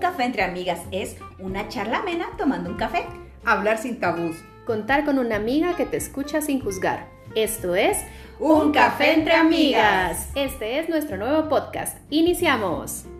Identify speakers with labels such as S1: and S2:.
S1: café entre amigas es una charla amena tomando un café.
S2: Hablar sin tabús.
S3: Contar con una amiga que te escucha sin juzgar. Esto es
S1: Un café entre amigas.
S3: Este es nuestro nuevo podcast. Iniciamos.